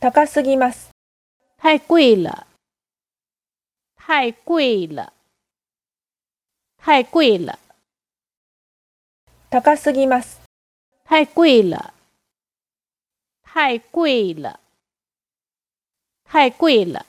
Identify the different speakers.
Speaker 1: 高すぎます。
Speaker 2: 太贵了，太贵了，太贵了，
Speaker 1: 高すぎます。
Speaker 2: 太贵了，太贵了，太贵了。